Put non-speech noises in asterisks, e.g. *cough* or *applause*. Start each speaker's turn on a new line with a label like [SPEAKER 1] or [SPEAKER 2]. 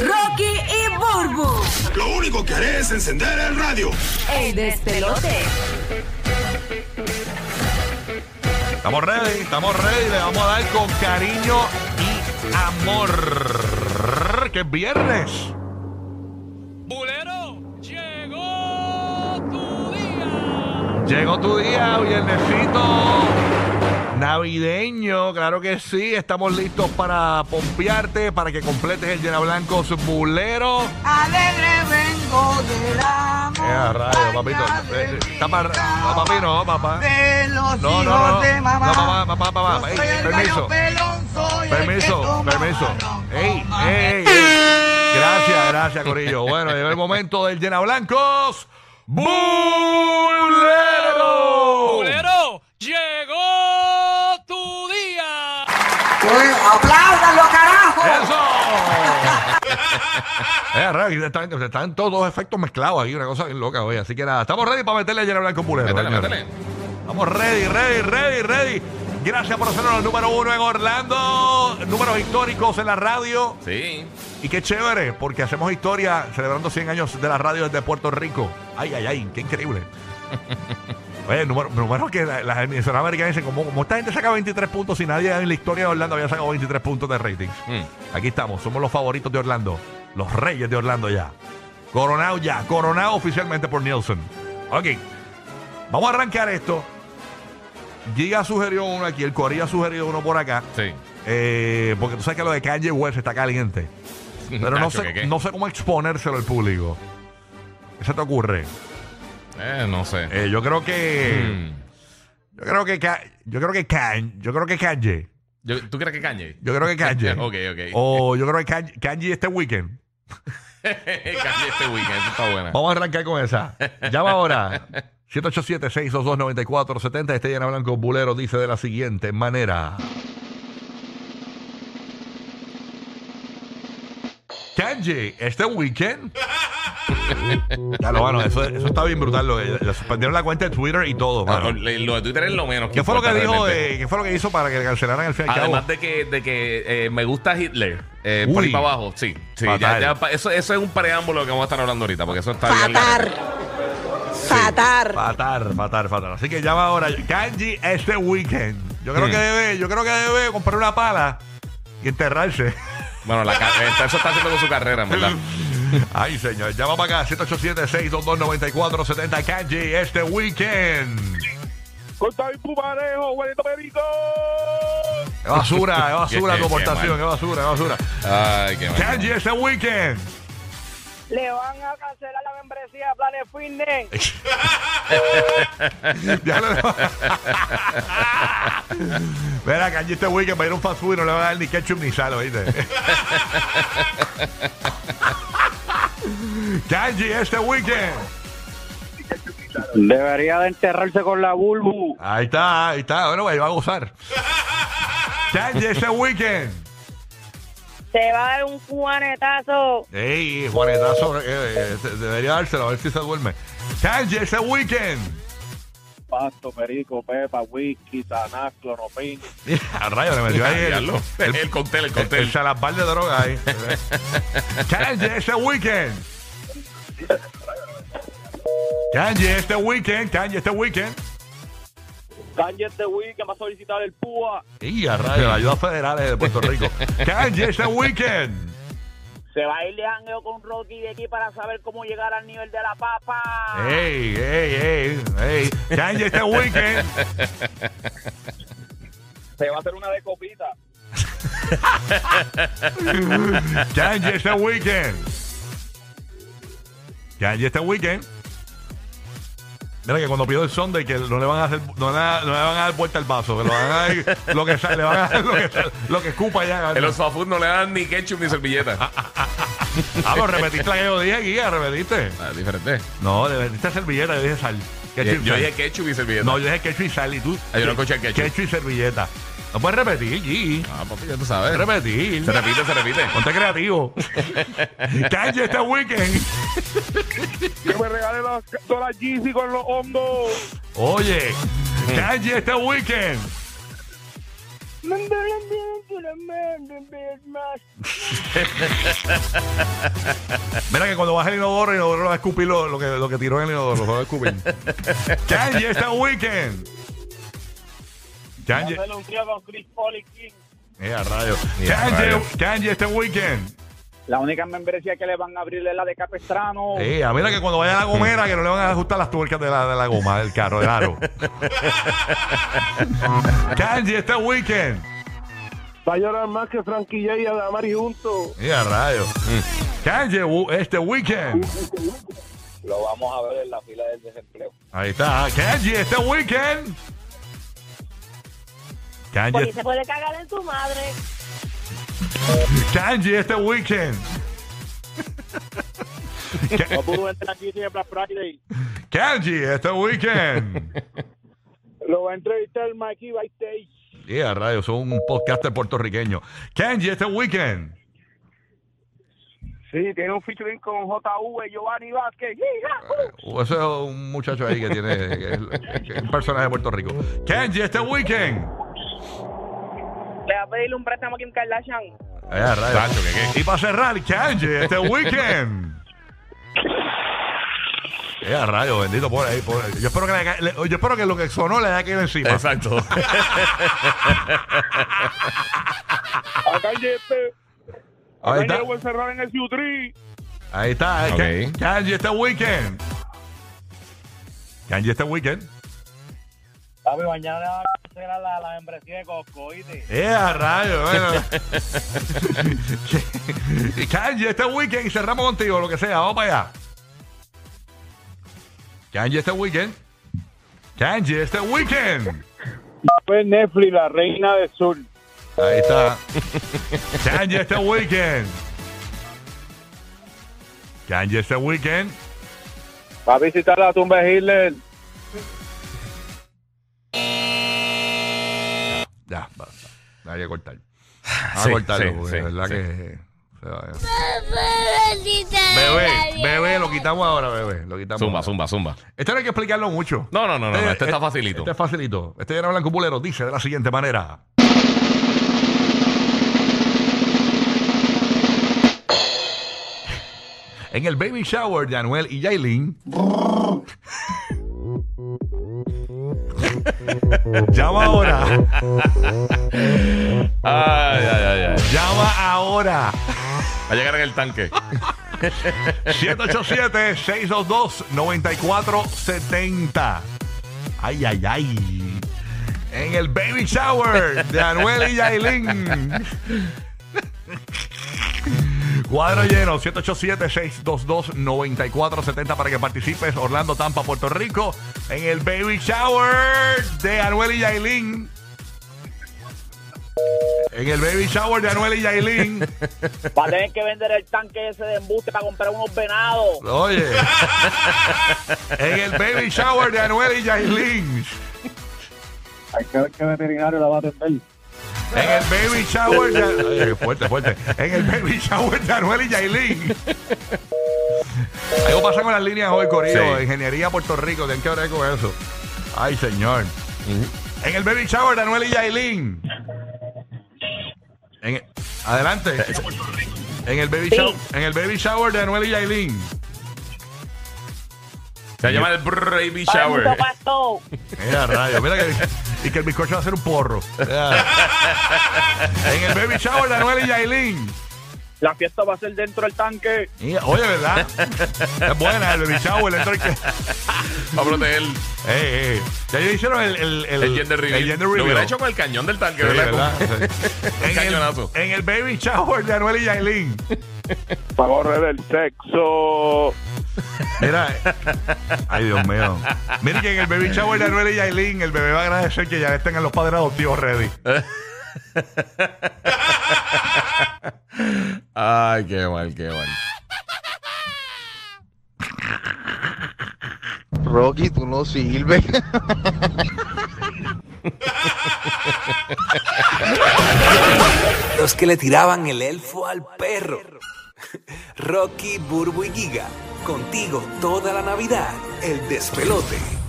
[SPEAKER 1] Rocky y Burbu.
[SPEAKER 2] Lo único que haré es encender el radio.
[SPEAKER 1] El despelote.
[SPEAKER 3] Estamos ready, estamos ready, le vamos a dar con cariño y amor. Que es viernes.
[SPEAKER 4] Bulero, llegó tu día.
[SPEAKER 3] Llegó tu día, viernesito. Navideño, claro que sí. Estamos listos para pompearte, para que completes el llena blanco bulero.
[SPEAKER 5] Alegre vengo del amor.
[SPEAKER 3] Eh, a rayos, papito.
[SPEAKER 5] de
[SPEAKER 3] Eh, eh,
[SPEAKER 5] mi
[SPEAKER 3] Está para. No,
[SPEAKER 5] cama,
[SPEAKER 3] papi, no, papá.
[SPEAKER 5] De los
[SPEAKER 3] No, no,
[SPEAKER 5] hijos
[SPEAKER 3] no.
[SPEAKER 5] de mamá.
[SPEAKER 3] No, papá, papá, papá.
[SPEAKER 5] Yo
[SPEAKER 3] Ey,
[SPEAKER 5] soy el
[SPEAKER 3] permiso.
[SPEAKER 5] gallo pelón, soy el que
[SPEAKER 3] Permiso,
[SPEAKER 5] toma
[SPEAKER 3] permiso.
[SPEAKER 5] marrón con
[SPEAKER 3] Ey,
[SPEAKER 5] mamá.
[SPEAKER 3] ey, ey. Gracias, gracias, Corillo. Bueno, llegó el momento del llena blancos.
[SPEAKER 6] Oh.
[SPEAKER 3] ¡Bulero!
[SPEAKER 4] Bulero, llegó tu día.
[SPEAKER 5] Pues, ¡Apláudalo, carajo!
[SPEAKER 3] ¡Eso! *laughs* Eh, rayo, están, están todos los efectos mezclados aquí, una cosa bien loca hoy. Así que nada, estamos ready para meterle a Llena Blanco Pulero.
[SPEAKER 4] Métele,
[SPEAKER 3] señores.
[SPEAKER 4] métele.
[SPEAKER 3] Estamos ready, ready, ready, ready. Gracias por hacernos los número uno en Orlando. Números históricos en la radio.
[SPEAKER 4] Sí.
[SPEAKER 3] Y qué chévere, porque hacemos historia celebrando 100 años de la radio desde Puerto Rico. Ay, ay, ay, qué
[SPEAKER 4] *laughs*
[SPEAKER 3] increíble. Oye, número, número que la- las emisoras americanas dicen, como, como esta gente saca 23 puntos y nadie en la historia de Orlando había sacado 23 puntos de ratings. Aquí estamos, somos los favoritos de Orlando, los reyes de Orlando ya. Coronado ya, coronado oficialmente por Nielsen. Ok, vamos a arrancar esto. Giga sugirió uno aquí, el Corilla sugirió uno por acá.
[SPEAKER 6] Sí.
[SPEAKER 3] Eh, porque tú sabes que lo de Kanye West está
[SPEAKER 6] *laughs*
[SPEAKER 3] caliente. Pero no
[SPEAKER 6] Nacho, ¿qué,
[SPEAKER 3] sé,
[SPEAKER 6] qué?
[SPEAKER 3] no sé cómo exponérselo al público. ¿Qué se te ocurre?
[SPEAKER 6] Eh, no sé.
[SPEAKER 3] Eh, yo creo que.
[SPEAKER 6] Mm.
[SPEAKER 3] Yo creo que. Ka- Yo creo que Kanye. Yo creo que Kanye.
[SPEAKER 6] Yo- ¿Tú crees que cañe?
[SPEAKER 3] Yo
[SPEAKER 6] *laughs*
[SPEAKER 3] creo que Kanye.
[SPEAKER 6] Ok, ok.
[SPEAKER 3] O yo creo que Kanye, Kanye este weekend.
[SPEAKER 6] Kanye este weekend, eso está buena.
[SPEAKER 3] Vamos a arrancar con esa. Llama ahora. 787-622-9470. Este llena blanco bulero dice de la siguiente manera. Kanye, este weekend. ya lo, mano, eso, eso está bien brutal. Lo, le suspendieron la cuenta de Twitter y todo,
[SPEAKER 6] Ah, No,
[SPEAKER 3] mano.
[SPEAKER 6] le- lo de Twitter es lo menos.
[SPEAKER 3] ¿Qué fue lo que
[SPEAKER 6] importa
[SPEAKER 3] dijo?
[SPEAKER 6] realmente.
[SPEAKER 3] eh, ¿Qué fue lo que hizo para que le cancelaran el fin y al cabo?
[SPEAKER 6] Además de que, de que eh, me gusta Hitler, eh,
[SPEAKER 3] Uy.
[SPEAKER 6] por ahí para abajo, sí. sí ya-
[SPEAKER 3] Fatal.
[SPEAKER 6] ya pa- eso, eso es un preámbulo que vamos a estar hablando ahorita, porque eso está bien.
[SPEAKER 5] Fatar. Fatar.
[SPEAKER 3] Fatar, fatar, fatal. Así que llama ahora Kanji este weekend. Yo creo
[SPEAKER 6] Hmm.
[SPEAKER 3] que debe, yo creo que debe comprar una pala y enterrarse.
[SPEAKER 6] Bueno, la, ca- eh, eso está haciendo con su carrera, en ¿verdad?
[SPEAKER 3] *laughs* Ay, señor. Llama para acá, 787-622-9470 Kanji este weekend. Es basura, es basura tu
[SPEAKER 6] Qué- qué
[SPEAKER 3] aportación,
[SPEAKER 6] mal.
[SPEAKER 3] es basura, es basura.
[SPEAKER 6] Ay, qué mal.
[SPEAKER 3] Kanji este weekend.
[SPEAKER 7] Le van a cancelar la membresía a Planet Fitness.
[SPEAKER 3] *laughs* Ya le- *laughs* Mira, Kanji este weekend va a ir a un fast food y no le va a dar ni ketchup ni sal, ¿oíste? Kanji este weekend.
[SPEAKER 7] Debería de enterrarse con la Bulbu.
[SPEAKER 3] Ahí está, ahí está. Bueno, ahí va a gozar. Kanji este weekend.
[SPEAKER 7] Se va a dar un cuanetazo.
[SPEAKER 3] Ey, Juanetazo, eh, eh, de- debería dárselo a ver si se duerme. Kanji este weekend.
[SPEAKER 8] Pasto, perico, pepa, whisky, tanás, clonopin.
[SPEAKER 3] A rayo, le metió ahí el,
[SPEAKER 6] Diablo.
[SPEAKER 3] el,
[SPEAKER 6] El, cóctel, el
[SPEAKER 3] el,
[SPEAKER 6] cóctel.
[SPEAKER 3] salapar de droga ahí. Kanye este weekend. Kanye este weekend, Kanye este weekend.
[SPEAKER 8] Kanye este weekend va a solicitar el PUA.
[SPEAKER 3] Y a rayo, las ayudas federales eh, de Puerto Rico. Kanye este weekend.
[SPEAKER 7] Se va a ir de jangueo con Rocky de aquí para saber cómo llegar al nivel de la papa.
[SPEAKER 3] Ey, ey, ey, ey. Kanye este weekend.
[SPEAKER 8] Se va a hacer una de copita.
[SPEAKER 3] Kanye este weekend. Kanye este weekend. Mira que cuando pido el Sunday que no le van a hacer, no le, van a- no le van a dar vuelta al vaso, que lo van a dar lo que sale, le van a dar lo que sale, lo que escupa ya.
[SPEAKER 6] En los fast food no le dan ni ketchup ni servilleta.
[SPEAKER 3] Ah, lo repetiste la que yo dije, guía, repetiste.
[SPEAKER 6] Ah, diferente.
[SPEAKER 3] No, le metiste servilleta, yo dije sal. Ketchup y
[SPEAKER 6] Yo
[SPEAKER 3] sal.
[SPEAKER 6] dije ketchup y servilleta.
[SPEAKER 3] No, yo dije ketchup y sal y tú.
[SPEAKER 6] Ah, yo no escuché el ketchup.
[SPEAKER 3] y servilleta. No puedes repetir, G.
[SPEAKER 6] Ah, papi, ya tú sabes.
[SPEAKER 3] Repetir.
[SPEAKER 6] Se repite, se repite.
[SPEAKER 3] Ponte creativo. *laughs* Kanye este weekend.
[SPEAKER 8] Que me regale las, todas las Yeezy con los hongos.
[SPEAKER 3] Oye, Kanye este weekend. Mira que cuando baje el inodoro, el inodoro va a escupir lo, lo que, lo que tiró en el inodoro. Lo va a *laughs* escupir. Kanye está weekend. Kanye.
[SPEAKER 8] Hacerle un trío con Chris Paul y King.
[SPEAKER 3] Eh, a rayos.
[SPEAKER 6] Eh, a
[SPEAKER 3] Kanye,
[SPEAKER 6] rayos.
[SPEAKER 3] Kanye este weekend.
[SPEAKER 8] La única membresía que le van a abrir es la de Capestrano.
[SPEAKER 3] Eh, a mira que cuando vaya a la gomera que no le van a ajustar las tuercas de la, de la goma del carro, del aro. *laughs* Kanye este weekend.
[SPEAKER 8] Va a llorar más que Frankie J y Adamari juntos.
[SPEAKER 3] Eh, a rayos. Kanye uh, este weekend.
[SPEAKER 8] Lo vamos a ver en la fila del desempleo.
[SPEAKER 3] Ahí está. Kanye este weekend. Kanye,
[SPEAKER 9] Porque se puede cagar en su madre.
[SPEAKER 3] Kanye este weekend. Ka-
[SPEAKER 8] No pudo entrar aquí tiene Black Friday.
[SPEAKER 3] Kanji este weekend. *laughs*
[SPEAKER 8] Lo va a entrevistar Mikey Baitei.
[SPEAKER 3] Yeah, rayos, son un podcaster puertorriqueño. Kanji este weekend.
[SPEAKER 8] Sí, tiene un featuring con JV Giovanni Vázquez.
[SPEAKER 3] O ese es un muchacho ahí que tiene que es, que es un personaje de Puerto Rico. Kanji este weekend.
[SPEAKER 7] Le va a pedirle un préstamo a Kim Kardashian.
[SPEAKER 3] Yeah, Eh, rayos.
[SPEAKER 6] Sancho, ¿qué,
[SPEAKER 3] Y para cerrar, Kanji este weekend. Yeah, Eh, rayos, bendito por ahí. por ahí. Yo, espero que le haya ca- le- yo espero que lo que sonó le haya caído encima. *laughs*
[SPEAKER 6] qué? Exacto.
[SPEAKER 8] Acá hay este.
[SPEAKER 3] Ahí
[SPEAKER 8] Acá
[SPEAKER 3] está.
[SPEAKER 8] yo voy a encerrar en el Ciutri.
[SPEAKER 3] Ahí está. eh,
[SPEAKER 6] Ok.
[SPEAKER 3] Ka- Kanji este weekend. Kanji este weekend.
[SPEAKER 8] Papi, mañana le van a cancelar la, la membresía de Costco, ¿oíste?
[SPEAKER 3] ¡Eh, a rayo!
[SPEAKER 6] *laughs*
[SPEAKER 3] Bueno. Kanji, este weekend cerramos contigo, lo que sea. Vamos para allá. Kanji, este weekend. Kanji, este weekend.
[SPEAKER 8] Fue Netflix, la reina del sur.
[SPEAKER 3] Ahí está. Kanji, este weekend. Kanji, este weekend.
[SPEAKER 8] Va a visitar la tumba de Hitler.
[SPEAKER 3] Ya, basta. La voy a cortar. Voy a
[SPEAKER 6] Sí,
[SPEAKER 3] cortarlo,
[SPEAKER 6] sí,
[SPEAKER 3] porque
[SPEAKER 6] sí,
[SPEAKER 3] de verdad
[SPEAKER 6] sí.
[SPEAKER 3] que. se va. Bebé, bebé, lo quitamos ahora, bebé. Lo quitamos
[SPEAKER 6] Zumba,
[SPEAKER 3] ahora.
[SPEAKER 6] zumba, zumba.
[SPEAKER 3] Este no hay que explicarlo mucho.
[SPEAKER 6] No, no, no, no, este está facilito.
[SPEAKER 3] Este es facilito. Este era Blanco Bulero. Dice de la siguiente manera. En el baby shower de Anuel y Yailin. *laughs* llama ahora.
[SPEAKER 6] Ay, ay, ay, ay.
[SPEAKER 3] Llama ahora.
[SPEAKER 6] Va a llegar en el tanque.
[SPEAKER 3] 787-622-9470. Ay, ay, ay. En el baby shower de Anuel y Yailin. Cuadro lleno, 787-622-9470 para que participes. Orlando, Tampa, Puerto Rico. En el baby shower de Anuel y Yailin. En el baby shower de Anuel y Yailin.
[SPEAKER 7] Va a tener que vender el tanque ese de embuste para comprar unos venados.
[SPEAKER 3] Oye. en el baby shower de Anuel y Yailin.
[SPEAKER 8] Hay que ver qué veterinario la va a atender.
[SPEAKER 3] En el baby shower de Oye, fuerte, fuerte. En el baby shower de Anuel y Yailin. Algo pasa con las líneas hoy, Corillo.
[SPEAKER 6] Sí.
[SPEAKER 3] Ingeniería Puerto Rico, tienen que hablar con eso. Ay, señor. En el baby shower de Anuel y Yailin. En el- Adelante. En el, baby shower, en el baby shower de Anuel y Yailin.
[SPEAKER 6] Se va a llamar el Baby Shower.
[SPEAKER 7] Mucho pasto.
[SPEAKER 3] Mira, rayo, mira que, *laughs* y que el bizcocho va a ser un porro. Mira. en el baby shower de Anuel y Yailin.
[SPEAKER 8] La fiesta va a ser dentro del tanque.
[SPEAKER 3] Mira, Oye, ¿verdad? Es buena el baby shower. El entro-
[SPEAKER 6] Va a proteger
[SPEAKER 3] Ey, ey. Ya ellos hicieron el, el, el,
[SPEAKER 6] el gender reveal.
[SPEAKER 3] el gender
[SPEAKER 6] Lo
[SPEAKER 3] reveal.
[SPEAKER 6] hubiera hecho con el cañón del tanque,
[SPEAKER 3] Sí,
[SPEAKER 6] ¿verdad?
[SPEAKER 3] ¿verdad? Sí.
[SPEAKER 6] Un
[SPEAKER 3] en, el,
[SPEAKER 6] cañonazo.
[SPEAKER 3] en el baby shower de Anuel y Yailin.
[SPEAKER 8] Va a correr el sexo.
[SPEAKER 3] Mira. Ay, Dios mío. Miren que en el baby shower de Anuel y Yailin, el bebé va a agradecer que ya estén en los padres adoptivos ready.
[SPEAKER 6] *laughs* Ay, qué mal, qué mal.
[SPEAKER 10] Rocky, tú no sirves.
[SPEAKER 11] Los que le tiraban el elfo al perro. Rocky, Burbu y Giga, contigo toda la Navidad, el despelote.